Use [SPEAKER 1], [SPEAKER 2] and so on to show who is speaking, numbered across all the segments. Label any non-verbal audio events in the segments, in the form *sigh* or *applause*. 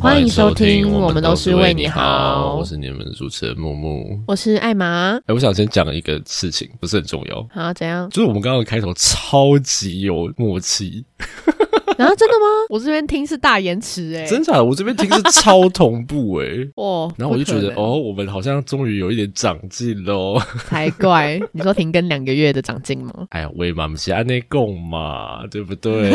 [SPEAKER 1] 欢迎收听，我
[SPEAKER 2] 我
[SPEAKER 1] 们
[SPEAKER 2] 们
[SPEAKER 1] 都
[SPEAKER 2] 都
[SPEAKER 1] 是
[SPEAKER 2] 是
[SPEAKER 1] 为
[SPEAKER 2] 为
[SPEAKER 1] 你
[SPEAKER 2] 你
[SPEAKER 1] 好
[SPEAKER 2] 好，我。是你们的主持人木木。
[SPEAKER 1] 我是艾玛。
[SPEAKER 2] 哎、我想先讲一个事情，不是很重要，
[SPEAKER 1] 好，怎样？
[SPEAKER 2] 就是我们刚刚的开头超级有默契，
[SPEAKER 1] 然后真的吗？ *laughs* 我这边听是大延迟哎、
[SPEAKER 2] 真假的？我这边听是超同步
[SPEAKER 1] *laughs*
[SPEAKER 2] 哎、
[SPEAKER 1] 哇！
[SPEAKER 2] 然后我就觉
[SPEAKER 1] 不
[SPEAKER 2] 得
[SPEAKER 1] 可能
[SPEAKER 2] 哦，我们好像终于有一点长进喽。
[SPEAKER 1] 才怪。你说停更两个月的长进吗？
[SPEAKER 2] 哎呀，喂嘛，不是按内供嘛，对不对？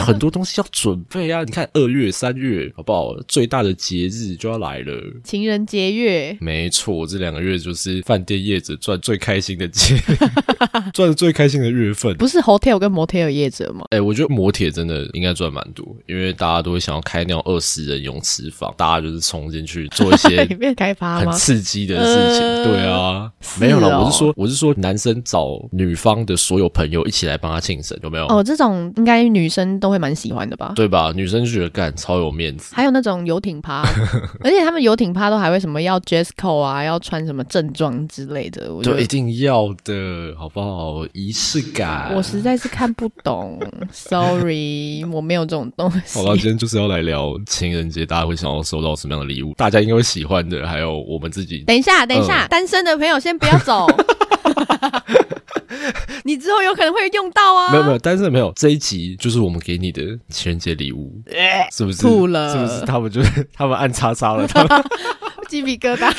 [SPEAKER 2] 很多东西要准备啊，你看二月、三月，好不好？最大的节日就要来了。
[SPEAKER 1] *laughs* 情人节月，
[SPEAKER 2] 没错，这两个月就是饭店业者赚最开心的节， *laughs* 赚最开心的月份。
[SPEAKER 1] 不是 hotel 跟 motel 业者吗？
[SPEAKER 2] 哎、我觉得摩铁真的应该赚蛮多，因为大家都会想要开那种二十人泳池房，大家就是冲进去做一
[SPEAKER 1] *laughs*
[SPEAKER 2] 些
[SPEAKER 1] 里面开发
[SPEAKER 2] 很
[SPEAKER 1] 吗？
[SPEAKER 2] 刺激的事情。
[SPEAKER 1] 呃
[SPEAKER 2] 对啊，
[SPEAKER 1] 是
[SPEAKER 2] 没有了，
[SPEAKER 1] 哦
[SPEAKER 2] 我是说，我是说，男生找女方的所有朋友一起来帮他庆生，有没有？
[SPEAKER 1] 哦，这种应该女生都会蛮喜欢的吧？
[SPEAKER 2] 对吧？女生就觉得干超有面子。
[SPEAKER 1] 还有那种游艇
[SPEAKER 2] *laughs*
[SPEAKER 1] 趴，而且他们游艇趴都还会什么要 dress code 啊，要穿什么正装之类的。我觉
[SPEAKER 2] 就
[SPEAKER 1] 得
[SPEAKER 2] 一定要的，好不好？仪式感。
[SPEAKER 1] 我实在是看不懂
[SPEAKER 2] *laughs*
[SPEAKER 1] ，sorry，我没有这种东西
[SPEAKER 2] 好。了，今天就是要来聊情人节，大家会想要收到什么样的礼物？大家应该会喜欢的，还有我们自己。
[SPEAKER 1] 等一下，等一
[SPEAKER 2] 嗯
[SPEAKER 1] 下，单身的朋友先不要
[SPEAKER 2] *laughs*
[SPEAKER 1] 走，你之后有可能会用到啊。
[SPEAKER 2] 没有没有，但是没有这一集就是我们给你的情人节礼物，是不是？
[SPEAKER 1] 呃吐了
[SPEAKER 2] 是不是？他们就是 *laughs* 他们按叉
[SPEAKER 1] *laughs*
[SPEAKER 2] 叉了。他们
[SPEAKER 1] 鸡皮疙
[SPEAKER 2] *laughs*
[SPEAKER 1] 瘩，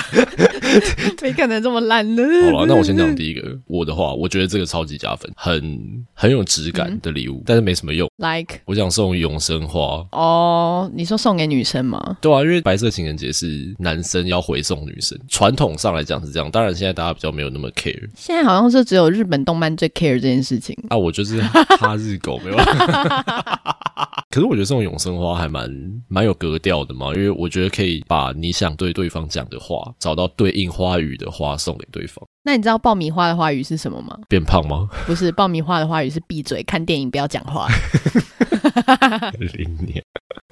[SPEAKER 1] 没可能这么烂的。
[SPEAKER 2] 好了，那我先讲第一个，我的话，我觉得这个超级加分，很很有质感的
[SPEAKER 1] 嗯
[SPEAKER 2] 礼物，但是没什么用。
[SPEAKER 1] ，like
[SPEAKER 2] 我想送永生花，
[SPEAKER 1] 哦，你说送给女生吗？
[SPEAKER 2] 对啊，因为白色情人节是男生要回送女生，传统上来讲是这样。当然，现在大家比较没有那么 care
[SPEAKER 1] 现在好像是只有日本动漫最 care 这件事情。
[SPEAKER 2] 啊，我就是哈日狗，没有啊。 *laughs* 可是我觉得这种永生花还蛮蛮有格调的嘛，因为我觉得可以把你想对对方讲的话，找到对应花语的话送给对方。
[SPEAKER 1] 那你知道爆米花的花语是什么吗？
[SPEAKER 2] 变胖 *laughs* 吗？
[SPEAKER 1] 不是，爆米花的花语是闭嘴，看电影不要讲
[SPEAKER 2] *laughs*
[SPEAKER 1] 话。
[SPEAKER 2] 零年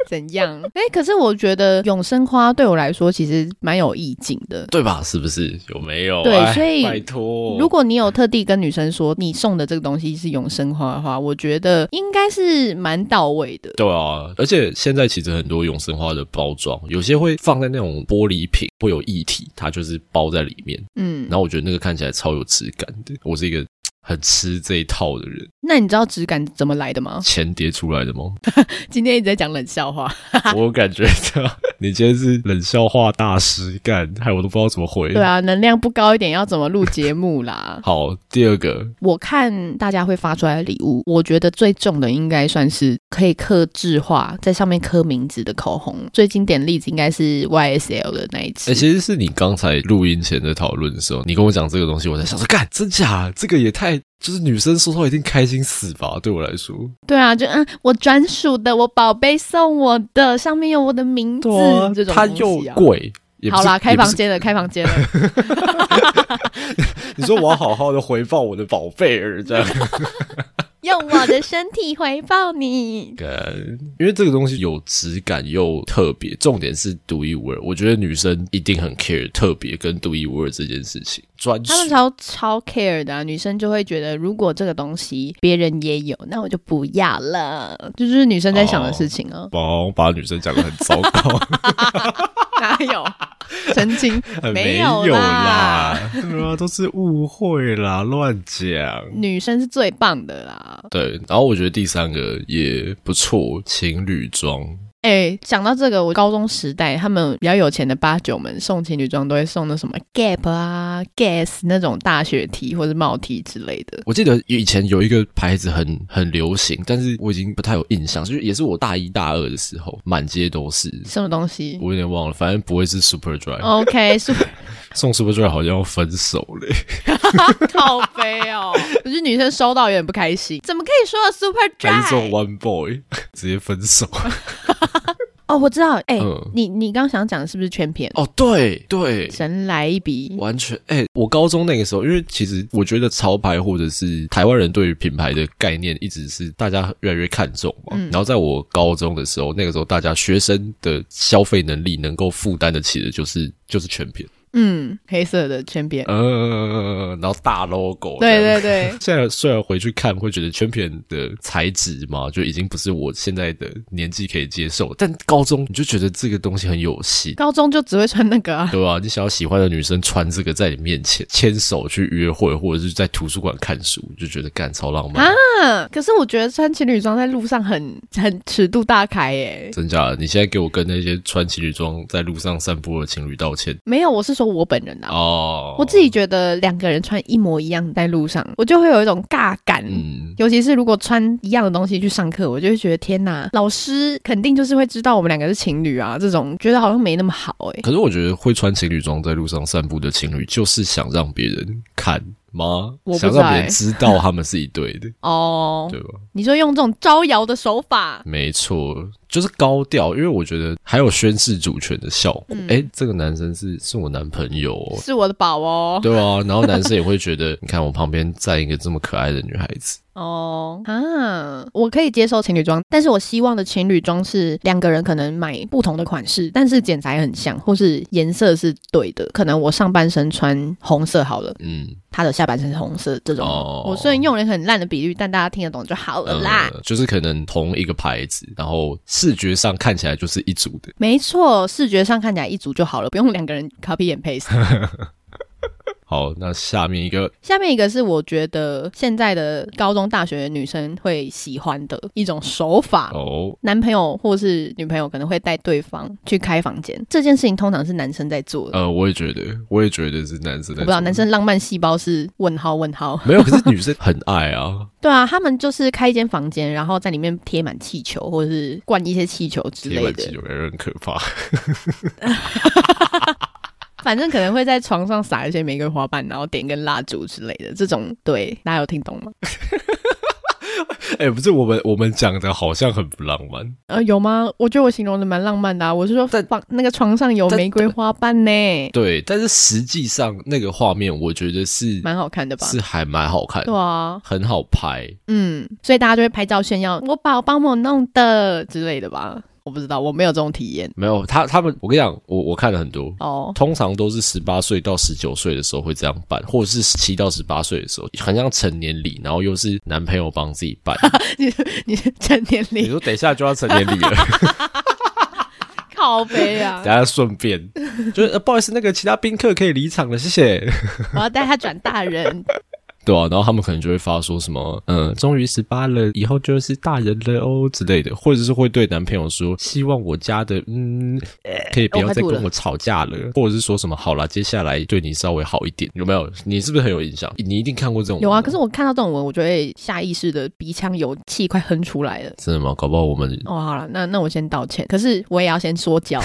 [SPEAKER 1] 怎样？哎、可是我觉得永生花对我来说其实蛮有意境的。
[SPEAKER 2] 对吧？是不是有没有？
[SPEAKER 1] 对
[SPEAKER 2] 哎
[SPEAKER 1] 所以
[SPEAKER 2] 拜托，
[SPEAKER 1] 如果你有特地跟女生说你送的这个东西是永生花的话，我觉得应该是蛮到位的。
[SPEAKER 2] 对啊，而且现在其实很多永生花的包装，有些会放在那种玻璃瓶，会有液体，它就是包在里面。
[SPEAKER 1] 嗯
[SPEAKER 2] 然，后我觉得那个看起来超有质感的。我是一个很吃这一套的人，
[SPEAKER 1] 那你知道质感怎么来的吗？ *laughs*
[SPEAKER 2] 钱叠出来的吗？
[SPEAKER 1] 今天一直在讲冷笑话。
[SPEAKER 2] 我有感觉到你今天是冷笑话大师干，害我都不知道怎么回。？
[SPEAKER 1] 对，啊，能量不高一点要怎么录节目啦
[SPEAKER 2] 好，第二个
[SPEAKER 1] 我看大家会发出来的礼物，我觉得最重的应该算是可以刻制化，在上面刻名字的口红。最经典的例子应该是 YSL 的那一
[SPEAKER 2] 哎、
[SPEAKER 1] 支。
[SPEAKER 2] 其实是你刚才录音前在讨论的时候，你跟我讲这个东西，我在想说，干真假？这个也太就是女生收到一定开心死吧？对我来说，
[SPEAKER 1] 对啊，就嗯，我专属的，我宝贝送我的，上面有我的名字，这种
[SPEAKER 2] 它
[SPEAKER 1] 东
[SPEAKER 2] 又
[SPEAKER 1] 西啊。
[SPEAKER 2] 贵。也不
[SPEAKER 1] 好
[SPEAKER 2] 是
[SPEAKER 1] 啦，开
[SPEAKER 2] 也不
[SPEAKER 1] 房
[SPEAKER 2] 是
[SPEAKER 1] 间了，开房间
[SPEAKER 2] *laughs*
[SPEAKER 1] 了。
[SPEAKER 2] 你说我要好好的回报我的宝贝儿，这样。
[SPEAKER 1] *laughs* 用我的身体回报你。
[SPEAKER 2] 感，因为这个东西有质感又特别，重点是独一无二。我觉得女生一定很 care 特别跟独一无二这件事情，专属
[SPEAKER 1] 他。们超超 care 的、啊，女生就会觉得，如果这个东西别人也有，那我就不要了，这就是女生在想的事情啊。
[SPEAKER 2] 帮把女生讲的很糟糕，
[SPEAKER 1] *laughs* 哪有？澄
[SPEAKER 2] *laughs*
[SPEAKER 1] 清没有
[SPEAKER 2] 有
[SPEAKER 1] 啦，
[SPEAKER 2] 啦，对啊，都是误会啦，乱讲。
[SPEAKER 1] 女生是最棒的啦。
[SPEAKER 2] 对，然后我觉得第三个也不错，情侣装。
[SPEAKER 1] 哎、讲到这个，我高中时代，他们比较有钱的八九们送情侣装都会送那什么 Gap 啊、Guess 那种大学 T 或者帽 T 之类的。
[SPEAKER 2] 我记得以前有一个牌子很很流行，但是我已经不太有印象，就是也是我大一大二的时候，满街都是，
[SPEAKER 1] 什么东西
[SPEAKER 2] 我有点忘了，反正不会是 Superdry。
[SPEAKER 1] 哦？OK，是
[SPEAKER 2] 送 Superdry 好像要分手嘞，
[SPEAKER 1] 靠背 *laughs* 哦，可是女生收到有点不开心，怎么可以说 Super
[SPEAKER 2] 还是
[SPEAKER 1] Dry？
[SPEAKER 2] 送 *laughs* One Boy 直接分手？
[SPEAKER 1] 哦，我知道，哎、
[SPEAKER 2] 嗯
[SPEAKER 1] 你你刚想讲的是不是圈片？
[SPEAKER 2] 哦，对对，
[SPEAKER 1] 神来一笔，
[SPEAKER 2] 完全哎、我高中那个时候，因为其实我觉得潮牌或者是台湾人对于品牌的概念，一直是大家越来越看重嘛。
[SPEAKER 1] 嗯
[SPEAKER 2] 然后在我高中的时候，那个时候大家学生的消费能力能够负担得起的，就是就是全品，
[SPEAKER 1] 嗯，黑色的圈片，
[SPEAKER 2] 呃，然后大 logo，
[SPEAKER 1] 对
[SPEAKER 2] 这
[SPEAKER 1] 对
[SPEAKER 2] 样
[SPEAKER 1] 对，
[SPEAKER 2] *laughs* 现在虽然回去看会觉得圈片的材质嘛，就已经不是我现在的年纪可以接受，但高中你就觉得这个东西很有戏，
[SPEAKER 1] 高中就只会穿那个、啊，
[SPEAKER 2] 对吧、你想要喜欢的女生穿这个在你面前牵手去约会，或者是在图书馆看书，就觉得干超浪漫。
[SPEAKER 1] 嗯，可是我觉得穿情侣装在路上很很尺度大开耶。
[SPEAKER 2] 真假的？你现在给我跟那些穿情侣装在路上散步的情侣道歉
[SPEAKER 1] 没有，我是说我本人啊，
[SPEAKER 2] 哦！
[SPEAKER 1] 我自己觉得两个人穿一模一样在路上，我就会有一种尬感。
[SPEAKER 2] 嗯，
[SPEAKER 1] 尤其是如果穿一样的东西去上课，我就会觉得天哪，老师肯定就是会知道我们两个是情侣啊，这种觉得好像没那么好哎、
[SPEAKER 2] 可是我觉得会穿情侣装在路上散步的情侣，就是想让别人看吗？
[SPEAKER 1] 我不
[SPEAKER 2] 想
[SPEAKER 1] 知道
[SPEAKER 2] 让别
[SPEAKER 1] 欸
[SPEAKER 2] 人知道他们是一对的，
[SPEAKER 1] 哦，
[SPEAKER 2] 对吧？
[SPEAKER 1] 你说用这种招摇的手法，
[SPEAKER 2] 没错，就是高调，因为我觉得还有宣示主权的效果。
[SPEAKER 1] 嗯
[SPEAKER 2] 哎、这个男生是是我男朋友、哦，
[SPEAKER 1] 是我的宝哦。
[SPEAKER 2] *laughs* 对啊，然后男生也会觉得，你看我旁边站一个这么可爱的女孩子，
[SPEAKER 1] 哦啊，我可以接受情侣装，但是我希望的情侣装是两个人可能买不同的款式，但是剪裁很像，或是颜色是对的。可能我上半身穿红色好了，
[SPEAKER 2] 嗯，
[SPEAKER 1] 他的下半身是红色，这种、
[SPEAKER 2] 哦
[SPEAKER 1] 我虽然用了很烂的比喻，但大家听得懂就好了啦。
[SPEAKER 2] 呃，就是可能同一个牌子，然后视觉上看起来就是一组的。
[SPEAKER 1] 没错，视觉上看起来一组就好了，不用两个人 copy and
[SPEAKER 2] *laughs*
[SPEAKER 1] paste。
[SPEAKER 2] 好，那下面一个
[SPEAKER 1] 下面一个是我觉得现在的高中、大学女生会喜欢的一种手法，
[SPEAKER 2] 哦，
[SPEAKER 1] 男朋友或是女朋友可能会带对方去开房间，这件事情通常是男生在做的。
[SPEAKER 2] 呃，我也觉得，我也觉得是男
[SPEAKER 1] 我
[SPEAKER 2] 生在做，
[SPEAKER 1] 不知道男生浪漫细胞是问号问号，
[SPEAKER 2] 没有，可是女生很爱啊，
[SPEAKER 1] 对啊，他们就是开一间房间，然后在里面贴满气球或者是灌一些气球 *laughs* 之
[SPEAKER 2] 铁
[SPEAKER 1] 类
[SPEAKER 2] 板肌
[SPEAKER 1] 的，
[SPEAKER 2] 有人很可怕。 *laughs*
[SPEAKER 1] 反正可能会在床上撒一些玫瑰花瓣，然后点一根蜡烛之类的。这种对大家有听懂吗？
[SPEAKER 2] 哎、不是我们我们讲的好像很不浪漫，
[SPEAKER 1] 呃，有吗？我觉得我形容的蛮浪漫的、啊，我是说放那个床上有
[SPEAKER 2] 但
[SPEAKER 1] 玫瑰花瓣呢，
[SPEAKER 2] 对，但是实际上那个画面，我觉得是
[SPEAKER 1] 蛮好看的吧？
[SPEAKER 2] 是还蛮好看，
[SPEAKER 1] 对啊，
[SPEAKER 2] 很好拍。
[SPEAKER 1] 嗯，所以大家就会拍照炫耀，我宝帮我弄的之类的吧？我不知道，我没有这种体验
[SPEAKER 2] 没有他他们，我跟你讲，我我看了很多。
[SPEAKER 1] 哦。 *laughs*
[SPEAKER 2] 通常都是十八岁到十九岁的时候会这样办，或者是十七到十八岁的时候，很像成年礼，然后又是男朋友帮自己办。
[SPEAKER 1] 你 *laughs* 你是成年
[SPEAKER 2] 你
[SPEAKER 1] 礼
[SPEAKER 2] 说等一下就要成年礼
[SPEAKER 1] *laughs*
[SPEAKER 2] 了，
[SPEAKER 1] 靠背啊
[SPEAKER 2] *laughs* 等一！下顺便就是、呃不好意思，那个其他宾客可以离场了，谢谢。
[SPEAKER 1] 我要带他转大人，
[SPEAKER 2] *laughs* 对啊，然后他们可能就会发说什么，嗯，终于十八了，以后就是大人了哦之类的，或者是会对男朋友说，希望我家的嗯，
[SPEAKER 1] 呃
[SPEAKER 2] 可以不要再跟我吵架
[SPEAKER 1] 哦
[SPEAKER 2] 了，或者是说什么好啦，接下来对你稍微好一点，有没有？你是不是很有印象？你一定看过这种
[SPEAKER 1] 有啊。
[SPEAKER 2] 文
[SPEAKER 1] 可是我看到这种文，我就会下意识的鼻腔有气快哼出来了。
[SPEAKER 2] 真的吗？搞不好我们 *laughs*
[SPEAKER 1] 哦，好了，那那我先道歉，可是我也要先说教。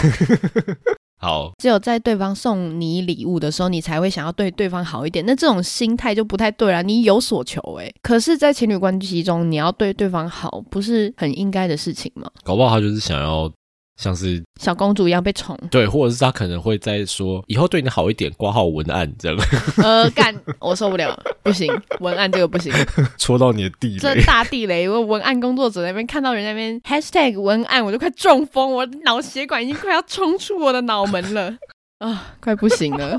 [SPEAKER 2] 好
[SPEAKER 1] 只有在对方送你礼物的时候，你才会想要对对方好一点。那这种心态就不太对啦，你有所求诶、可是，在情侣关系中，你要对对方好，不是很应该的事情吗？
[SPEAKER 2] 搞不好他就是想要像是
[SPEAKER 1] 小公主一样被宠，
[SPEAKER 2] 对，或者是他可能会在说以后对你好一点，挂号文案这样
[SPEAKER 1] 呃，干，我受不了，不行，文案这个不行，
[SPEAKER 2] *laughs* 戳到你的地
[SPEAKER 1] 这
[SPEAKER 2] 雷。
[SPEAKER 1] 大地雷。我文案工作者那边看到人那边 hashtag 文案，我就快中风，我脑血管已经快要冲出我的脑门了。啊，快不行了！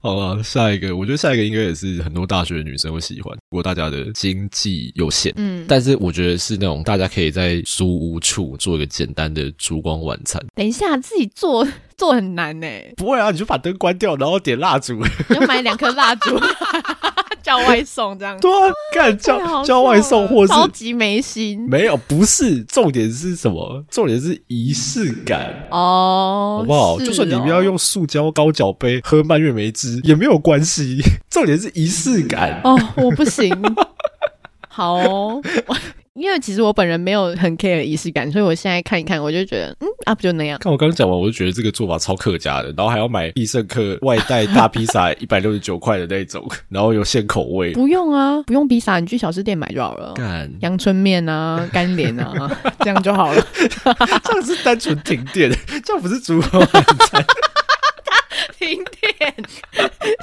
[SPEAKER 2] 好了，下一个，我觉得下一个应该也是很多大学的女生会喜欢，不过大家的经济有限。
[SPEAKER 1] 嗯，
[SPEAKER 2] 但是我觉得是那种大家可以在书屋处做一个简单的烛光晚餐。
[SPEAKER 1] 等一下，自己做做很难呢、欸
[SPEAKER 2] 不会啊，你就把灯关掉，然后点蜡 *laughs* 烛。
[SPEAKER 1] 你就买两颗蜡烛， *laughs* 叫外送这样。
[SPEAKER 2] 对啊，干
[SPEAKER 1] 太好笑哦
[SPEAKER 2] 叫
[SPEAKER 1] 了
[SPEAKER 2] 叫外送，或是
[SPEAKER 1] 超级没心
[SPEAKER 2] 没有，不是重点是什么？重点是仪式感，
[SPEAKER 1] 哦，
[SPEAKER 2] 好不好？
[SPEAKER 1] 是
[SPEAKER 2] 就算你
[SPEAKER 1] 哦
[SPEAKER 2] 不要用塑胶高脚杯喝蔓越莓汁也没有关系，重点是仪式感。
[SPEAKER 1] 哦，我不 *laughs* 行。好哦、我因为其实我本人没有很 care 仪式感，所以我现在看一看，我就觉得，嗯啊，不就那样。
[SPEAKER 2] 看我刚刚讲完，我就觉得这个做法超客家的，然后还要买必胜客外带大披萨一百六十九块的那种，然后有限口味。
[SPEAKER 1] *laughs* 不用啊，不用披萨，你去小吃店买就好了。
[SPEAKER 2] 干， *laughs*
[SPEAKER 1] 阳春面啊，干莲啊，这样就好了。
[SPEAKER 2] 这样是单纯停电，这样不是烛光晚餐。
[SPEAKER 1] *laughs* 停电，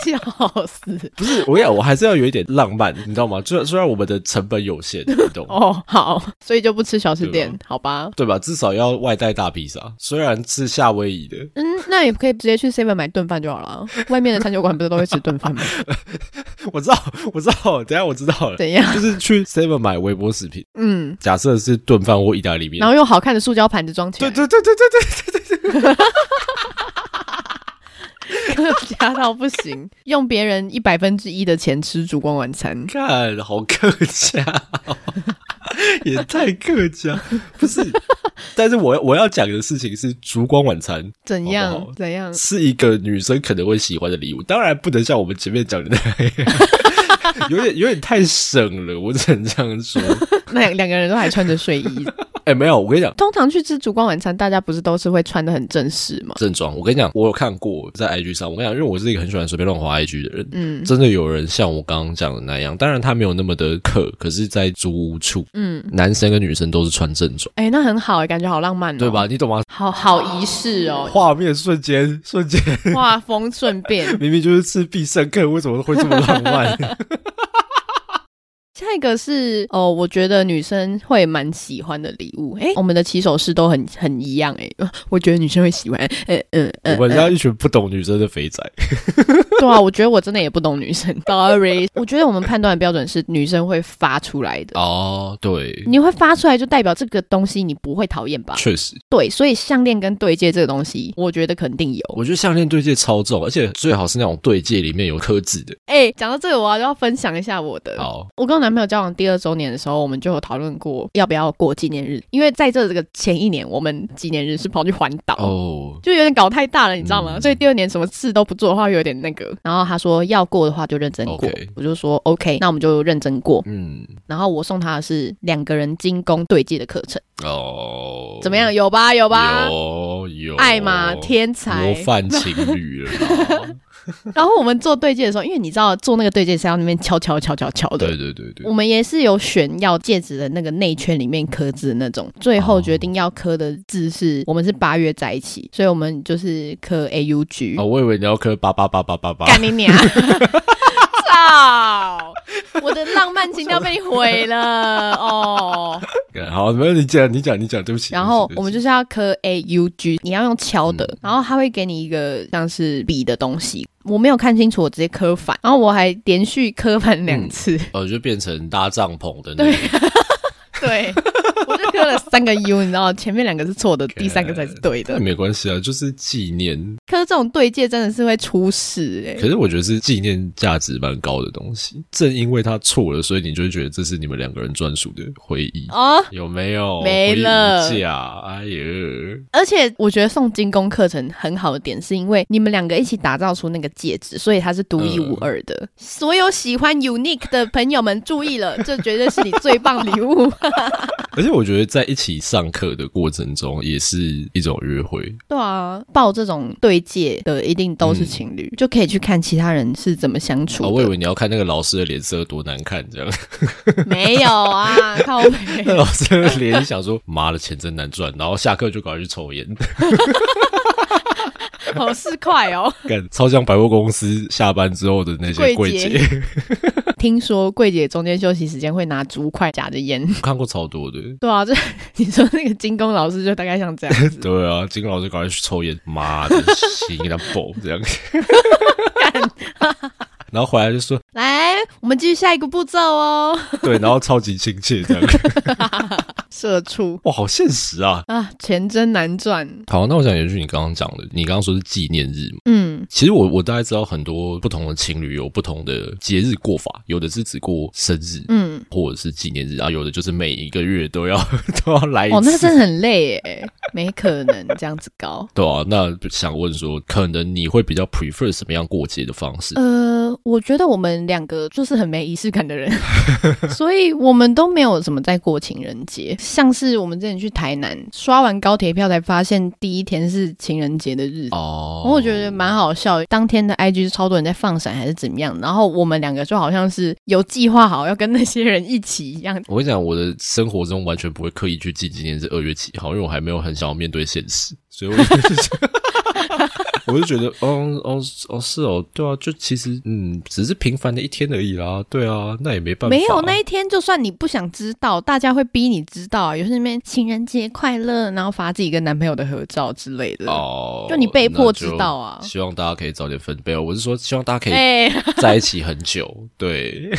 [SPEAKER 1] *laughs* 笑死！
[SPEAKER 2] 不 *laughs* 是，我跟你讲，我还是要有一点浪漫，你知道吗？虽然虽然我们的成本有限，你懂。
[SPEAKER 1] 哦，好，所以就不吃小吃店
[SPEAKER 2] 对，啊
[SPEAKER 1] 好吧？
[SPEAKER 2] 对吧？至少要外带大披萨，虽然是夏威夷的，
[SPEAKER 1] 嗯，那也可以直接去 Seven 买顿饭就好了。啊外面的餐酒馆不是都会吃顿
[SPEAKER 2] *laughs*
[SPEAKER 1] 饭吗？
[SPEAKER 2] 我知道，我知道，等一下我知道了，
[SPEAKER 1] 怎样？
[SPEAKER 2] 就是去 Seven 买微波食品，
[SPEAKER 1] 嗯，
[SPEAKER 2] 假设是炖饭或意大利面
[SPEAKER 1] 然，后用好看的塑胶盘子装起
[SPEAKER 2] 对
[SPEAKER 1] 来，
[SPEAKER 2] 对对对对对，
[SPEAKER 1] *laughs* 加到不行，用别人一百分之一的钱吃烛光晚餐。
[SPEAKER 2] 看好客家、 *laughs* 哦，也太客家，不是？但是我我要讲的事情是烛光晚餐，
[SPEAKER 1] 怎样？
[SPEAKER 2] 好不好
[SPEAKER 1] 怎样？
[SPEAKER 2] 是一个女生可能会喜欢的礼物，当然不能像我们前面讲的那样， *laughs* 有点有点太省了，我只能这样说。 *laughs*
[SPEAKER 1] 那两两个人都还穿着睡衣。
[SPEAKER 2] 哎、没有，我跟你讲。
[SPEAKER 1] 通常去吃烛光晚餐，大家不是都是会穿的很正式吗？
[SPEAKER 2] 正装，我跟你讲，我有看过在 IG 上，我跟你讲，因为我是一个很喜欢随便乱滑 IG 的人，
[SPEAKER 1] 嗯
[SPEAKER 2] 真的有人像我刚刚讲的那样，当然他没有那么的刻，可是，在租屋处，
[SPEAKER 1] 嗯，
[SPEAKER 2] 男生跟女生都是穿正装，
[SPEAKER 1] 哎、那很好哎、感觉好浪漫、哦，
[SPEAKER 2] 对？吧？你懂吗？
[SPEAKER 1] 好好仪式哦，
[SPEAKER 2] 画面瞬间瞬间， *laughs*
[SPEAKER 1] 画风顺便。
[SPEAKER 2] 明明就是吃必胜客，为什么会这么浪 *laughs* 漫？
[SPEAKER 1] 下一个是哦，我觉得女生会蛮喜欢的礼物。哎、我们的起手式都很很一样哎、呃 *laughs* 我觉得女生会喜欢。呃呃呃，
[SPEAKER 2] 我们像一群不懂女生的肥仔，
[SPEAKER 1] *laughs* 对啊，我觉得我真的也不懂女生。Sorry，我 *laughs* 觉得我们判断的标准是女生会发出来的。
[SPEAKER 2] 哦，对，
[SPEAKER 1] 你会发出来，就代表这个东西你不会讨厌吧？
[SPEAKER 2] 确实，
[SPEAKER 1] 对，所以项链跟对戒这个东西，我觉得肯定有。
[SPEAKER 2] 我觉得项链对戒超重，而且最好是那种对戒里面有刻字的，
[SPEAKER 1] 哎、讲到这个，我要分享一下我的。
[SPEAKER 2] 好，
[SPEAKER 1] 我跟我男朋友交往第二周年的时候，我们就有讨论过要不要过纪念日，因为在这个前一年，我们纪念日是跑去环岛。
[SPEAKER 2] 哦，
[SPEAKER 1] 就有点搞太大了，你知道吗？
[SPEAKER 2] 嗯
[SPEAKER 1] 所以第二年什么事都不做的话，有点那个。然后他说要过的话就认真过
[SPEAKER 2] OK
[SPEAKER 1] 我就说 OK，那我们就认真过。
[SPEAKER 2] 嗯，
[SPEAKER 1] 然后我送他的是两个人精工对戒的课程，
[SPEAKER 2] 哦，
[SPEAKER 1] 怎么样？有吧？有吧？
[SPEAKER 2] 有有
[SPEAKER 1] 爱嘛，天才
[SPEAKER 2] 模！范情侣了
[SPEAKER 1] *laughs*
[SPEAKER 2] 啦。
[SPEAKER 1] 然后我们做对戒的时候，因为你知道做那个对戒是要那边敲敲敲敲敲的，
[SPEAKER 2] 对对对对
[SPEAKER 1] 我，们也是有选要戒指的那个内圈里面刻字的那种，最
[SPEAKER 2] 哦
[SPEAKER 1] 后决定要刻的字是、我们是八月在一起，所以我们就是刻 A U G。
[SPEAKER 2] 哦，我以为你要磕八八八八八八，
[SPEAKER 1] 干你
[SPEAKER 2] *laughs*
[SPEAKER 1] 娘！操！我的浪漫情调被你毁了哦。
[SPEAKER 2] 干好，没有你讲，你讲，你讲，对不起。
[SPEAKER 1] 然后我们
[SPEAKER 2] 就
[SPEAKER 1] 就是要刻 A U G，你要用敲的，
[SPEAKER 2] 嗯
[SPEAKER 1] 然后他会给你一个像是笔的东西。我没有看清楚，我直接刻反，然后我还连续刻反两次，
[SPEAKER 2] 呃，就变成搭帐篷的那个，
[SPEAKER 1] 对。我就刻了三个 U，你知道，前面两个是错的，第三个才是对的
[SPEAKER 2] 但。没关系啊，就是纪念。
[SPEAKER 1] 刻这种对戒真的是会出事哎、
[SPEAKER 2] 可是我觉得是纪念价值蛮高的东西，正因为它错了，所以你就会觉得这是你们两个人专属的回忆。
[SPEAKER 1] 哦，
[SPEAKER 2] 有没有？
[SPEAKER 1] 没
[SPEAKER 2] 回忆无
[SPEAKER 1] 了
[SPEAKER 2] 价，哎呀，
[SPEAKER 1] 而且我觉得送精工课程很好的点，是因为你们两个一起打造出那个戒指，所以它是独一无二的。所有喜欢 unique 的朋友们注意了，这绝对是你最棒礼物。
[SPEAKER 2] 而且我觉得在一起上课的过程中，也是一种约会。
[SPEAKER 1] 对啊，报这种对戒的一定都是情侣，就可以去看其他人是怎么相处
[SPEAKER 2] 哦，我以
[SPEAKER 1] 的。
[SPEAKER 2] 为你要看那个老师的脸色多难看，这样。
[SPEAKER 1] *laughs*
[SPEAKER 2] *laughs*
[SPEAKER 1] 没有啊，靠背。
[SPEAKER 2] 那老师的脸想说：“妈的，钱真难赚。”然后下课就赶快去抽烟， *laughs*
[SPEAKER 1] 好市侩
[SPEAKER 2] *laughs*
[SPEAKER 1] 哦。
[SPEAKER 2] 干超像百货公司下班之后的那些
[SPEAKER 1] 柜
[SPEAKER 2] 柜
[SPEAKER 1] 姐
[SPEAKER 2] 姐， *laughs*
[SPEAKER 1] 听说柜姐中间休息时间会拿竹筷夹着烟。
[SPEAKER 2] 我看过超多的。
[SPEAKER 1] 对啊，这你说那个精工老师就大概像这样子，
[SPEAKER 2] 对啊，金老师赶快去抽烟，妈的，心给他爆这样。
[SPEAKER 1] *laughs*
[SPEAKER 2] 然后回来就说
[SPEAKER 1] 来，我们继续下一个步骤哦。
[SPEAKER 2] 对，然后超级亲
[SPEAKER 1] *laughs*
[SPEAKER 2] 切这样，
[SPEAKER 1] 社畜
[SPEAKER 2] 哇，好现实啊！
[SPEAKER 1] 啊，钱真难赚。
[SPEAKER 2] 好，那我想延续你刚刚讲的，你刚刚说是纪念日嘛？
[SPEAKER 1] 嗯，
[SPEAKER 2] 其实我我大概知道很多不同的情侣有不同的节日过法，有的是只过生日，
[SPEAKER 1] 嗯，
[SPEAKER 2] 或者是纪念日啊，有的就是每一个月都要 *laughs* 都要来一次。。
[SPEAKER 1] 哦，那真的很累诶，没可能这样子搞
[SPEAKER 2] 对啊，那想问说，可能你会比较 prefer 什么样过节的方式？
[SPEAKER 1] 呃，我觉得我们两个就是很没仪式感的
[SPEAKER 2] *laughs*
[SPEAKER 1] 人，所以我们都没有怎么在过情人节。像是我们之前去台南，刷完高铁票才发现第一天是情人节的日子。
[SPEAKER 2] 哦
[SPEAKER 1] 我觉得蛮好笑，当天的 IG 超多人在放闪还是怎么样，然后我们两个就好像是有计划好要跟那些人一起一样，
[SPEAKER 2] 我跟你讲，我的生活中完全不会刻意去记今天是二月几号，因为我还没有很想要面对现实，所以我就是我就觉得，哦哦哦，是哦，对啊，就其实嗯，只是平凡的一天而已啦，对啊，那也没办法，
[SPEAKER 1] 没有那一天，就算你不想知道，大家会逼你知道啊。有时候那边情人节快乐，然后发自己跟男朋友的合照之类的。
[SPEAKER 2] 哦，
[SPEAKER 1] 就你被迫知道啊
[SPEAKER 2] 那就希望大家可以早点分配哦，我是说，希望大家可以
[SPEAKER 1] 哎、
[SPEAKER 2] 在一起很久，
[SPEAKER 1] *laughs*
[SPEAKER 2] 对，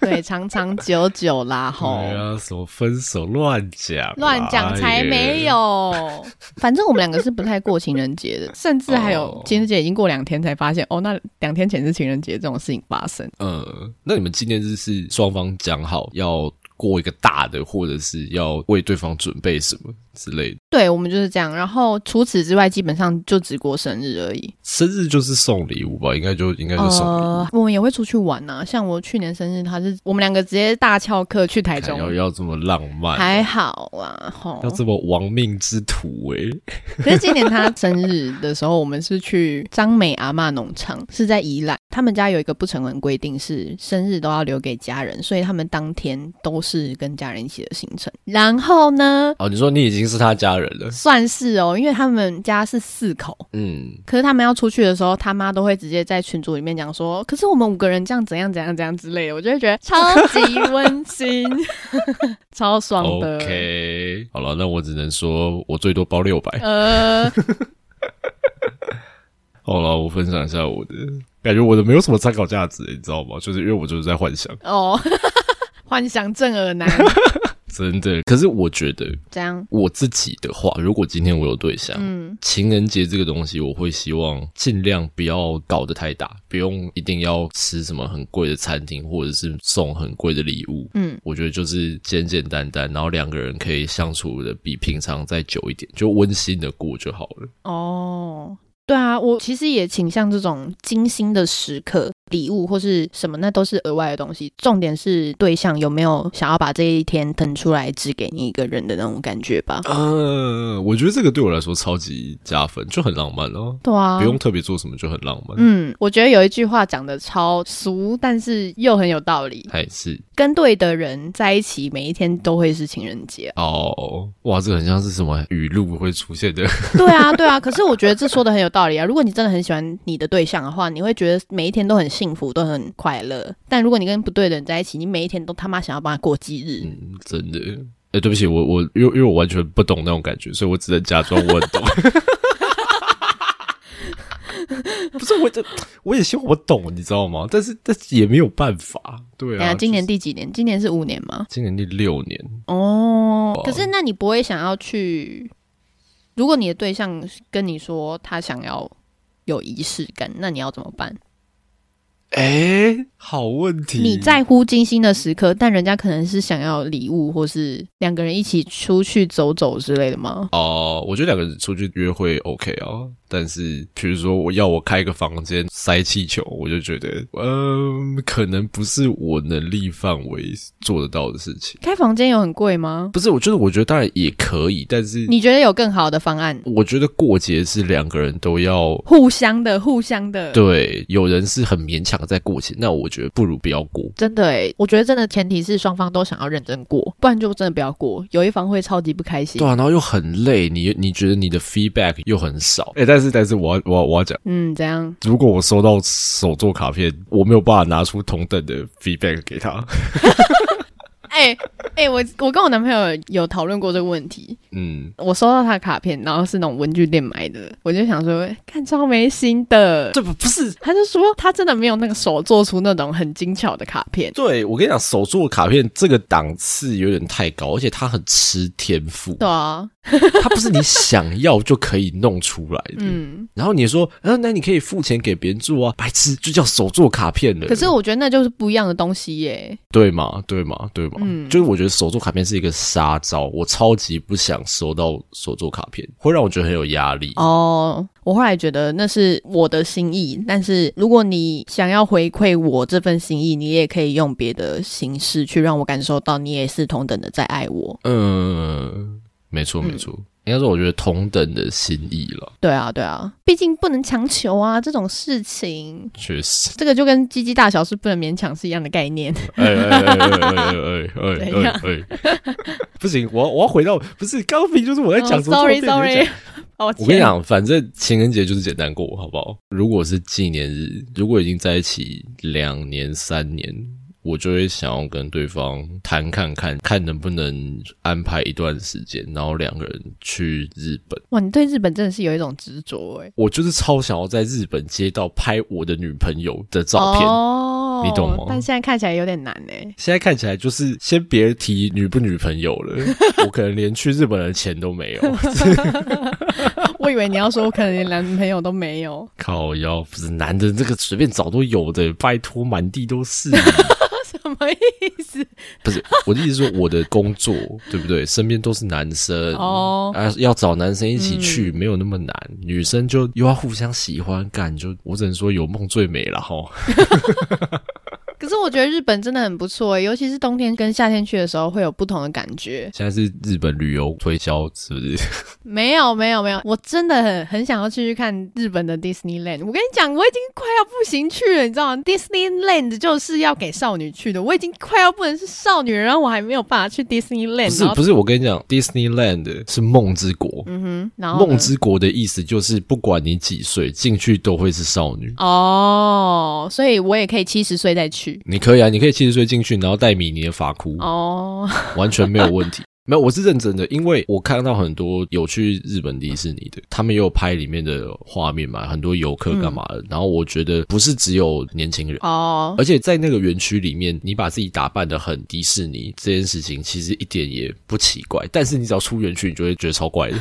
[SPEAKER 1] 对，长长久久
[SPEAKER 2] *laughs*
[SPEAKER 1] 啦，吼。
[SPEAKER 2] 哎呀，什么分手乱讲，
[SPEAKER 1] 乱讲才没
[SPEAKER 2] 哎呀。
[SPEAKER 1] 有，反正我们两个是不太过情人节的，甚至还有
[SPEAKER 2] *laughs* 哦
[SPEAKER 1] 情人节已经过两天才发现，哦，那两天前是情人节这种事情发生。
[SPEAKER 2] 嗯，那你们纪念日是双方讲好要过一个大的，或者是要为对方准备什么之类的。
[SPEAKER 1] 对，我们就是这样。然后除此之外，基本上就只过生日而已。
[SPEAKER 2] 生日就是送礼物吧，应该就应该就送礼物。
[SPEAKER 1] 呃，我们也会出去玩呐、像我去年生日，他是我们两个直接大翘课去台
[SPEAKER 2] 看
[SPEAKER 1] 中，
[SPEAKER 2] 要要这么浪漫，
[SPEAKER 1] 还好啊，吼
[SPEAKER 2] 要。这么亡命之徒欸诶、
[SPEAKER 1] 可是今年他生日的时候，我们是去张美阿嬷农场，是在宜兰。他们家有一个不成文规定是生日都要留给家人，所以他们当天都是跟家人一起的行程。然后呢，
[SPEAKER 2] 哦，你说你已经是他家人了，
[SPEAKER 1] 算是哦，因为他们家是四口，
[SPEAKER 2] 嗯，
[SPEAKER 1] 可是他们要出去的时候，他妈都会直接在群组里面讲说：“可是我们五个人这样怎样怎样怎样之类的。”我就会觉得超级温馨， *laughs* 超爽的。
[SPEAKER 2] OK，好了，那我只能说我最多包
[SPEAKER 1] *laughs*
[SPEAKER 2] 六百。
[SPEAKER 1] 呃，
[SPEAKER 2] 好了，我分享一下我的，感觉我的没有什么参考价值、你知道吗？就是因为我就是在幻想，
[SPEAKER 1] 哦， *laughs* 幻想症耳男
[SPEAKER 2] 真的。可是我觉得
[SPEAKER 1] *laughs* 这样，
[SPEAKER 2] 我自己的话，如果今天我有对象，
[SPEAKER 1] 嗯，
[SPEAKER 2] 情人节这个东西，我会希望尽量不要搞得太大，不用一定要吃什么很贵的餐厅，或者是送很贵的礼物。
[SPEAKER 1] 嗯，
[SPEAKER 2] 我觉得就是简简单单，然后两个人可以相处的比平常再久一点，就温馨的过就好了。
[SPEAKER 1] 哦，对啊，我其实也倾向这种精心的时刻，礼物或是什么，那都是额外的东西。重点是对象有没有想要把这一天腾出来只给你一个人的那种感觉 *laughs* 吧。
[SPEAKER 2] 呃，我觉得这个对我来说超级加分，就很浪漫哦、
[SPEAKER 1] 对啊，
[SPEAKER 2] 不用特别做什么就很浪漫。
[SPEAKER 1] 嗯，我觉得有一句话讲的超俗，但是又很有道理。
[SPEAKER 2] 还是。
[SPEAKER 1] 跟对的人在一起，每一天都会是情人节
[SPEAKER 2] 哦，哇，这个很像是什么语录会出现的。
[SPEAKER 1] 对啊，对啊。可是我觉得这说的很有道理啊。如果你真的很喜欢你的对象的话，你会觉得每一天都很幸福，都很快乐。但如果你跟不对的人在一起，你每一天都他妈想要帮他过忌日。
[SPEAKER 2] 嗯，真的。哎、对不起，我我因为因为我完全不懂那种感觉，所以我只能假装我很懂。 *laughs* 不是我这，我也希望我懂，你知道吗？但是但是也没有办法，对
[SPEAKER 1] 等一
[SPEAKER 2] 啊。
[SPEAKER 1] 下，今年
[SPEAKER 2] 就是
[SPEAKER 1] 第几年？今年是五年吗？
[SPEAKER 2] 今年第六年，
[SPEAKER 1] 哦，可是那你不会想要去？如果你的对象跟你说他想要有仪式感，那你要怎么办？
[SPEAKER 2] 哎、好问题。
[SPEAKER 1] 你在乎精心的时刻，但人家可能是想要礼物，或是两个人一起出去走走之类的吗？
[SPEAKER 2] 哦、我觉得两个人出去约会 OK 啊，但是比如说我要我开一个房间塞气球，我就觉得，嗯、可能不是我能力范围做得到的事情。
[SPEAKER 1] 开房间有很贵吗？
[SPEAKER 2] 不是，我就是我觉得当然也可以，但是
[SPEAKER 1] 你觉得有更好的方案？
[SPEAKER 2] 我觉得过节是两个人都要。
[SPEAKER 1] 互相的，互相的，
[SPEAKER 2] 对，有人是很勉强地在过节，那我觉得不如不要过。
[SPEAKER 1] 真的诶，我觉得真的前提是双方都想要认真过，不然就真的不要过，有一方会超级不开心
[SPEAKER 2] 对。啊，然后又很累，你你觉得你的 feedback 又很少。哎、但是但是我要我要我要讲，
[SPEAKER 1] 嗯，怎样？
[SPEAKER 2] 如果我收到手作卡片，我没有办法拿出同等的 feedback 给他。
[SPEAKER 1] 哎、哎、我我跟我男朋友有讨论过这个问题。
[SPEAKER 2] *laughs* 嗯，
[SPEAKER 1] 我收到他的卡片，然后是那种文具店买的，我就想说，看超没心的。
[SPEAKER 2] 这不不是。
[SPEAKER 1] 他就说他真的没有那个手做出那种很精巧的卡片。
[SPEAKER 2] 对，我跟你讲，手作卡片这个档次有点太高，而且它很吃天赋，
[SPEAKER 1] 对啊，
[SPEAKER 2] 它不是你想要就可以弄出来
[SPEAKER 1] *laughs*
[SPEAKER 2] 的。
[SPEAKER 1] 嗯，
[SPEAKER 2] 然后你说，啊，那你可以付钱给别人做啊，白痴，就叫手做卡片了。
[SPEAKER 1] 可是我觉得那就是不一样的东西耶。
[SPEAKER 2] 对嘛，对嘛，对嘛，
[SPEAKER 1] 嗯
[SPEAKER 2] 就是我觉得手作卡片是一个杀招，我超级不想收到手作卡片，会让我觉得很有压力。
[SPEAKER 1] 哦，我后来觉得那是我的心意，但是如果你想要回馈我这份心意，你也可以用别的形式去让我感受到你也是同等的在爱我。
[SPEAKER 2] 嗯，没错没错，应该说我觉得同等的心意了，
[SPEAKER 1] 对啊，对啊，毕竟不能强求啊，这种事情，
[SPEAKER 2] 确
[SPEAKER 1] *laughs*
[SPEAKER 2] 实。
[SPEAKER 1] 这个就跟鸡鸡大小是不能勉强是一样的概 *laughs* 念。
[SPEAKER 2] 哎哎哎哎哎哎哎哎！不行，我要我要回到不是刚刚明明就是我在
[SPEAKER 1] 哦
[SPEAKER 2] 讲什么错别
[SPEAKER 1] sorry
[SPEAKER 2] 人讲
[SPEAKER 1] sorry，抱歉。
[SPEAKER 2] 我跟你，讲，反正情人节就是简单过，好不好？如果是纪念日，如果已经在一起两年、三年，我就会想要跟对方谈看看，看能不能安排一段时间，然后两个人去日本。
[SPEAKER 1] 哇，你对日本真的是有一种执着哎、
[SPEAKER 2] 我就是超想要在日本街道拍我的女朋友的照片。
[SPEAKER 1] 哦
[SPEAKER 2] 你懂吗
[SPEAKER 1] 但现在看起来有点难哎、
[SPEAKER 2] 现在看起来就是先别提女不女朋友了，我可能连去日本的钱都没有。
[SPEAKER 1] 我以为你要说我可能连男朋友都没有，
[SPEAKER 2] 靠腰，不是男的这个随便找都有的，拜托满地都是。
[SPEAKER 1] 什么意思？
[SPEAKER 2] 不是我的意思，说我的工作对不对？身边都是男生
[SPEAKER 1] 哦嗯
[SPEAKER 2] 啊，要找男生一起去、没有那么难，女生就又要互相喜欢，感就我只能说有梦最美了哈。
[SPEAKER 1] 可是我觉得日本真的很不错欸，尤其是冬天跟夏天去的时候会有不同的感觉。
[SPEAKER 2] *laughs* 现在是日本旅游推销，是不是？
[SPEAKER 1] 没有没有没有，我真的很很想要去去看日本的 Disneyland。我跟你讲，我已经快要不行去了，你知道吗？Disneyland 就是要给少女去的，我已经快要不能是少女了，然后我还没有办法去
[SPEAKER 2] 不
[SPEAKER 1] Disneyland。
[SPEAKER 2] 是
[SPEAKER 1] 哎然后
[SPEAKER 2] 不是，我跟你讲，Disneyland 是梦之国。
[SPEAKER 1] 嗯哼，然后呢
[SPEAKER 2] 梦之国的意思就是，不管你几岁进去都会是少女。
[SPEAKER 1] 哦，所以我也可以七十岁再去
[SPEAKER 2] 你可以啊，你可以七十岁进去，然后戴米妮的发箍。
[SPEAKER 1] 哦。
[SPEAKER 2] 完全没有问题。没有，我是认真的，因为我看到很多有去日本迪士尼的，他们也有拍里面的画面嘛，很多游客干嘛
[SPEAKER 1] 嗯
[SPEAKER 2] 的。然后我觉得不是只有年轻人，
[SPEAKER 1] 哦，
[SPEAKER 2] 而且在那个园区里面，你把自己打扮的很迪士尼这件事情，其实一点也不奇怪。但是你只要出园区，你就会觉得超
[SPEAKER 1] *laughs*
[SPEAKER 2] 怪的，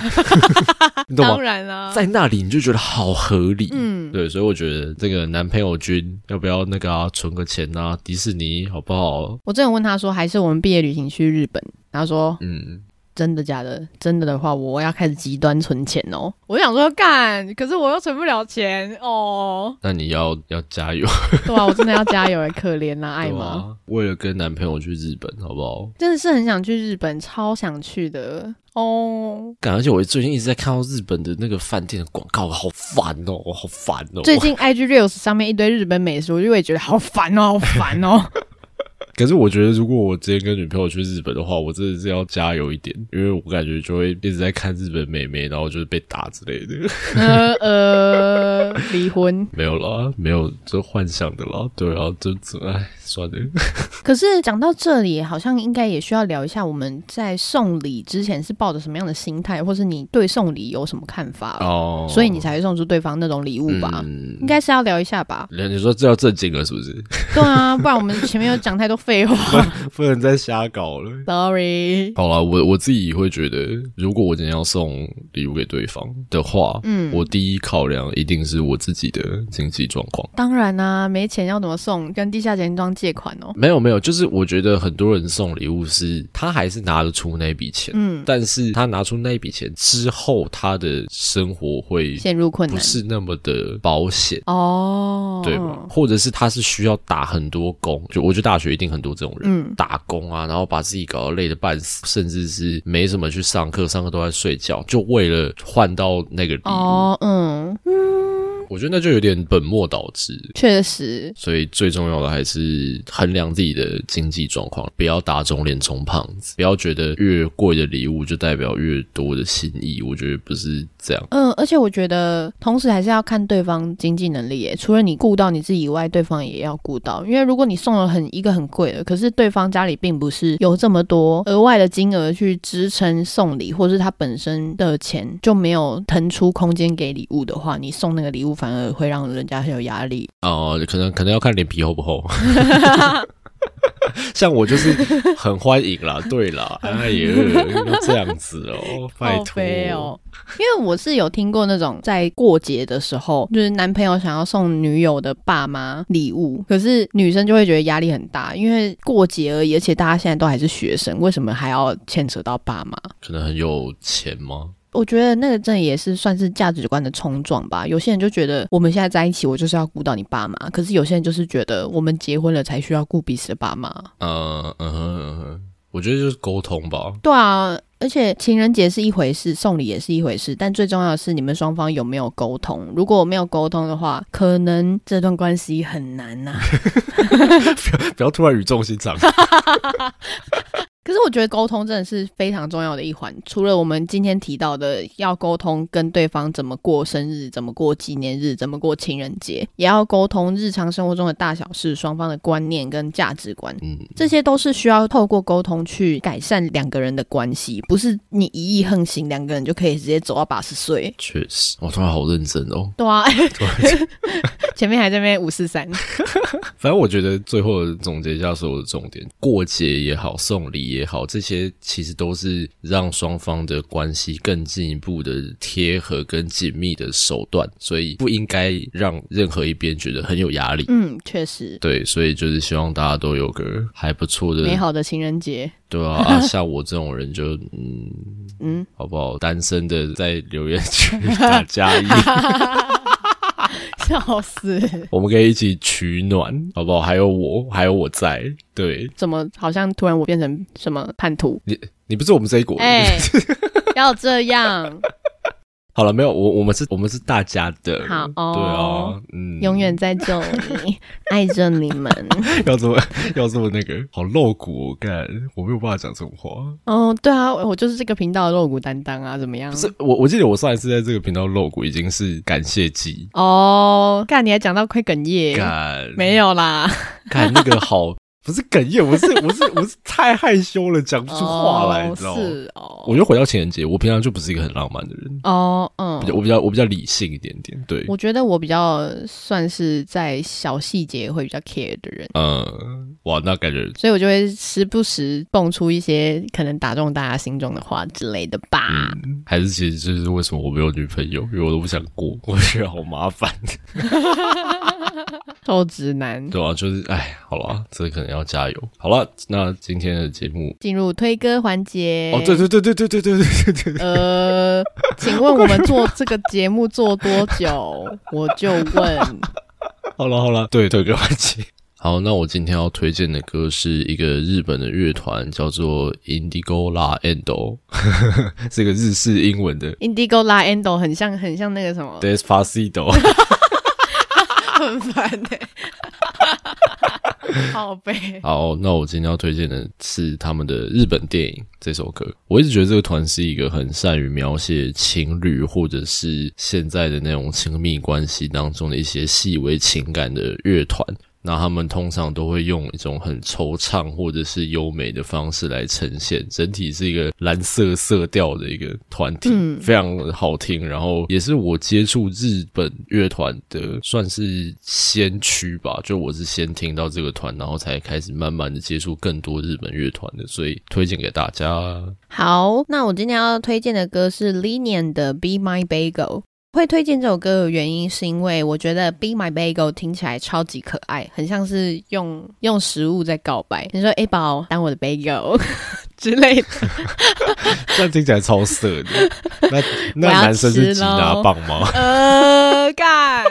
[SPEAKER 2] 你懂吗
[SPEAKER 1] 当？然啦，
[SPEAKER 2] 在那里你就觉得好合理，
[SPEAKER 1] 嗯
[SPEAKER 2] 对，所以我觉得这个男朋友君要不要那个啊，存个钱啊，迪士尼好不好？
[SPEAKER 1] 我之前问他说，还是我们毕业旅行去日本，然后说
[SPEAKER 2] 嗯，。
[SPEAKER 1] 真的假的？真的的话，我要开始极端存钱哦。我想说干，可是我又存不了钱哦
[SPEAKER 2] 那你要要加油。
[SPEAKER 1] 对啊，我真的要加油哎，可怜啦、爱
[SPEAKER 2] 对
[SPEAKER 1] 吗？
[SPEAKER 2] 啊？为了跟男朋友去日本，好不好？
[SPEAKER 1] 真的是很想去日本，超想去的哦。
[SPEAKER 2] 感而且我最近一直在看到日本的那个饭店的广告，好烦哦，我好烦哦。
[SPEAKER 1] 最近 IG Reels 上面一堆日本美食，我就会觉得好烦哦，好烦
[SPEAKER 2] *laughs*
[SPEAKER 1] 哦。
[SPEAKER 2] *laughs* 可是我觉得，如果我直接跟女朋友去日本的话，我真的是要加油一点，因为我感觉就会一直在看日本美眉，然后就是被打之类的。 *laughs*
[SPEAKER 1] 呃呃，离婚。
[SPEAKER 2] 没有啦，没有，这幻想的啦。对啊，这这哎，算了。
[SPEAKER 1] 可是讲到这里，好像应该也需要聊一下我们在送礼之前是抱着什么样的心态，或是你对送礼有什么看法，
[SPEAKER 2] 哦，
[SPEAKER 1] 所以你才会送出对方那种礼物吧？
[SPEAKER 2] 嗯，
[SPEAKER 1] 应该是要聊一下吧
[SPEAKER 2] *laughs* 你说这要正经了是不是？ *laughs*
[SPEAKER 1] 对啊，不然我们前面有讲太多废话
[SPEAKER 2] 不能再瞎搞了。
[SPEAKER 1] ，sorry。
[SPEAKER 2] 好啦，我我自己会觉得，如果我今天要送礼物给对方的话，嗯，我第一考量一定是我自己的经济状况。
[SPEAKER 1] 当然啦、没钱要怎么送？跟地下钱庄借款哦。
[SPEAKER 2] 没有没有，就是我觉得很多人送礼物是他还是拿得出那笔钱，
[SPEAKER 1] 嗯，
[SPEAKER 2] 但是他拿出那笔钱之后，他的生活会
[SPEAKER 1] 陷入困
[SPEAKER 2] 嗯不
[SPEAKER 1] 难
[SPEAKER 2] 是那么的保险。
[SPEAKER 1] 哦。
[SPEAKER 2] 对吗？或者是他是需要打很多工，就我觉得大学一定很多这种人，
[SPEAKER 1] 嗯
[SPEAKER 2] 打工啊，然后把自己搞得累得半死，甚至是没什么去上课，上课都在睡觉，就为了换到那个礼物，
[SPEAKER 1] 哦，嗯，
[SPEAKER 2] 我觉得那就有点本末倒置。
[SPEAKER 1] 确实，
[SPEAKER 2] 所以最重要的还是衡量自己的经济状况，不要打肿脸充胖子，不要觉得越贵的礼物就代表越多的心意，我觉得不是这样。
[SPEAKER 1] 嗯，而且我觉得，同时还是要看对方经济能力耶。除了你顾到你自己以外，对方也要顾到。因为如果你送了很一个很贵的，可是对方家里并不是有这么多额外的金额去支撑送礼，或是他本身的钱就没有腾出空间给礼物的话，你送那个礼物反而会让人家很有压力。*laughs*
[SPEAKER 2] 啊哦、可能可能要看脸皮厚不厚。像我就是很欢迎啦，对啦，哎呀，要这样子哦，拜
[SPEAKER 1] 好
[SPEAKER 2] 托
[SPEAKER 1] 悲哦，因为我是有听过那种在过节的时候，就是男朋友想要送女友的爸妈礼物，可是女生就会觉得压力很大，因为过节而已，而且大家现在都还是学生，为什么还要牵扯到爸妈？
[SPEAKER 2] 可能很有钱吗？
[SPEAKER 1] 我觉得那个真的也是算是价值观的冲撞吧。有些人就觉得我们现在在一起，我就是要顾到你爸妈，可是有些人就是觉得我们结婚了才需要顾彼此的爸妈。
[SPEAKER 2] 呃，嗯哼嗯哼，我觉得就是沟通吧。
[SPEAKER 1] 对啊，而且情人节是一回事，送礼也是一回事，但最重要的是你们双方有没有沟通。如果没有沟通的话，可能这段关系很难呐、
[SPEAKER 2] *laughs*
[SPEAKER 1] *laughs*
[SPEAKER 2] 不要突然语重心长。
[SPEAKER 1] 可是我觉得沟通真的是非常重要的一环，除了我们今天提到的要沟通跟对方怎么过生日、怎么过纪念日、怎么过情人节，也要沟通日常生活中的大小事、双方的观念跟价值观。
[SPEAKER 2] *laughs* 嗯，
[SPEAKER 1] 这些都是需要透过沟通去改善两个人的关系，不是你一意横行，两个人就可以直接走到八十岁。
[SPEAKER 2] 确实，我突然好认真 *laughs* 哦。
[SPEAKER 1] 对啊， *laughs* 前面还在那边五四三，
[SPEAKER 2] 反正我觉得最后总结一下所有的重点，过节也好，送礼也好，这些其实都是让双方的关系更进一步的贴合跟紧密的手段，所以不应该让任何一边觉得很有压力。
[SPEAKER 1] 嗯，确实，
[SPEAKER 2] *laughs* 对，所以就是希望大家都有个还不错的
[SPEAKER 1] 美，好的情人节，
[SPEAKER 2] 对啊，啊像我这种人就嗯，
[SPEAKER 1] 嗯，
[SPEAKER 2] 好不好？单身的在留言区打
[SPEAKER 1] *laughs*
[SPEAKER 2] 加一。
[SPEAKER 1] 笑死，
[SPEAKER 2] 我们可以一起取暖，好不好？还有我，还有我在。对
[SPEAKER 1] 怎么好像突然我变成什么叛徒？
[SPEAKER 2] 你，你不是我们嗯这一国人。
[SPEAKER 1] 哎、 *laughs* 要这样，
[SPEAKER 2] 好了，没有我，我们是，我们是大家的。
[SPEAKER 1] 好
[SPEAKER 2] 对
[SPEAKER 1] 哦
[SPEAKER 2] 啊，嗯，
[SPEAKER 1] 永远在这里，爱着你
[SPEAKER 2] *laughs*
[SPEAKER 1] 们。
[SPEAKER 2] 要这么要这么那个，好露骨、哦，干，我没有办法讲这种话。
[SPEAKER 1] 哦，对啊，我就是这个频道的露骨担当啊，怎么样
[SPEAKER 2] 不？是我，我记得我上一次在这个频道露骨已经是感谢季，
[SPEAKER 1] 哦，干，你还讲到快哽咽，
[SPEAKER 2] 干
[SPEAKER 1] 没有啦，
[SPEAKER 2] 干那个好，不是哽咽，我是我是我是太害羞了，讲不出 *laughs* 话来，
[SPEAKER 1] 哦
[SPEAKER 2] 你知道吗？
[SPEAKER 1] 是哦，
[SPEAKER 2] 我就回到情人节，我平常就不是一个很浪漫的人，
[SPEAKER 1] 哦，嗯
[SPEAKER 2] 比较，我比较我比较理性一点点，对。
[SPEAKER 1] 我觉得我比较算是在小细节会比较 care 的人，
[SPEAKER 2] 呃，哇，那感觉，
[SPEAKER 1] 所以我就会时不时蹦出一些可能打中大家心中的话之类的吧。
[SPEAKER 2] 嗯，还是其实就是为什么我没有女朋友，因为我都不想过，我觉得好麻烦， *laughs*
[SPEAKER 1] 臭直男，
[SPEAKER 2] 对啊，就是，哎，好啦，这可能要加油。好了，那今天的节目，
[SPEAKER 1] 进入推歌环节。
[SPEAKER 2] 哦，对对对对对对对对对对，
[SPEAKER 1] 呃，请问我们做这个节目做多久？ *laughs* 我就问，
[SPEAKER 2] 好了好了，对对，对，关系。好，那我今天要推荐的歌是一个日本的乐团，叫做 Indigo La Endo，是一个日式英文的
[SPEAKER 1] Indigo La Endo 很像很像那个什么，
[SPEAKER 2] Despacito。
[SPEAKER 1] *laughs* 很烦欸 *laughs* 好悲。
[SPEAKER 2] 好，那我今天要推荐的是他们的日本电影这首歌。我一直觉得这个团是一个很善于描写情侣或者是现在的那种亲密关系当中的一些细微情感的乐团。那他们通常都会用一种很惆怅或者是优美的方式来呈现，整体是一个蓝色色调的一个团体，非常好听。然后也是我接触日本乐团的算是先驱吧，就我是先听到这个团，然后才开始慢慢的接触更多日本乐团的，所以推荐给大 *laughs* 家。
[SPEAKER 1] 好，那我今天要推荐的歌是 Linian 的《Be My Bagel》。会推荐这首歌的原因是因为我觉得《Be My Bagel》听起来超级可爱，很像是用用食物在告白。你说：“哎、宝，当我的 bagel *laughs* 之类的。
[SPEAKER 2] 这样听起来超色的。 *laughs* 那那
[SPEAKER 1] 我要
[SPEAKER 2] 男生是
[SPEAKER 1] 吃
[SPEAKER 2] 吉
[SPEAKER 1] 咯
[SPEAKER 2] 拿棒”吗？ *laughs*
[SPEAKER 1] *laughs* 呃，干，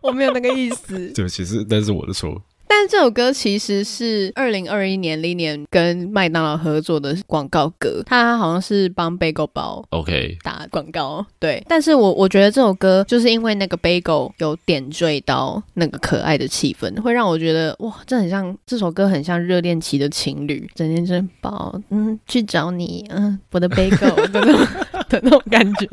[SPEAKER 1] 我没有那个意思。
[SPEAKER 2] 对不起，是那是我的错。
[SPEAKER 1] 但是这首歌其实是二零二一年 Linian 跟麦当劳合作的广告歌，它好像是帮 bagel 包
[SPEAKER 2] OK，
[SPEAKER 1] 打广告，对。但是我我觉得这首歌就是因为那个 Bagel 有点缀到那个可爱的气氛，会让我觉得哇，这很像这首歌很像热恋期的情侣，整天真宝，嗯，去找你，嗯，我的 Bagel *laughs* 的那种的那种感觉。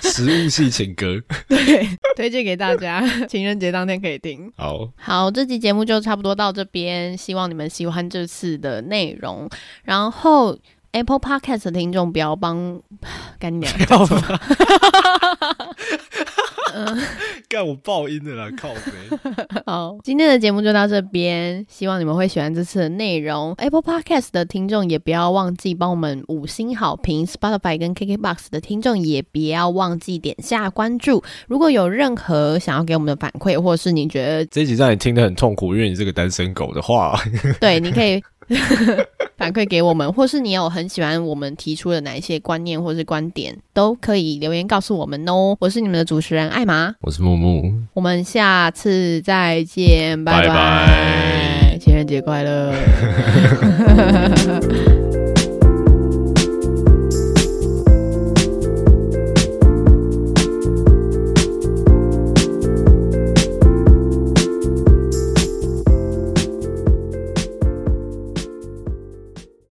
[SPEAKER 2] 食物系情歌。
[SPEAKER 1] *laughs* 对，推荐给大 *laughs* 家，情人节当天可以听。
[SPEAKER 2] 好，
[SPEAKER 1] 好，这期节目就差不多到这边，希望你们喜欢这次的内容。然后 Apple Podcast 的听众不要 *sighs* 帮干你娘。
[SPEAKER 2] 干 *laughs* 干我爆音的啦，靠背。
[SPEAKER 1] 好，今天的节目就到这边，希望你们会喜欢这次的内容。Apple Podcast 的听众也不要忘记帮我们五星好评，Spotify 跟 KKBox 的听众也不要忘记点下关注。如果有任何想要给我们的反馈，或是你觉 *laughs* 得
[SPEAKER 2] 这一集让你听得很痛苦，因为你是个单身狗的话，
[SPEAKER 1] 对，你可以 *laughs* 反馈给我们，或是你有很喜欢我们提出的哪一些观念或是观点，都可以留言告诉我们哦。我是你们的主持人艾玛，
[SPEAKER 2] 我是木木，
[SPEAKER 1] 我们下次再见，拜
[SPEAKER 2] 拜拜
[SPEAKER 1] 情人节快乐。